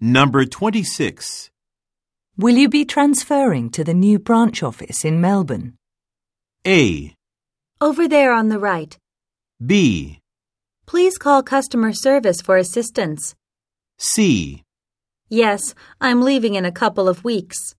Number 26. Will you be transferring to the new branch office in Melbourne? A. Over there on the right. B. Please call customer service for assistance. C. Yes, I'm leaving in a couple of weeks.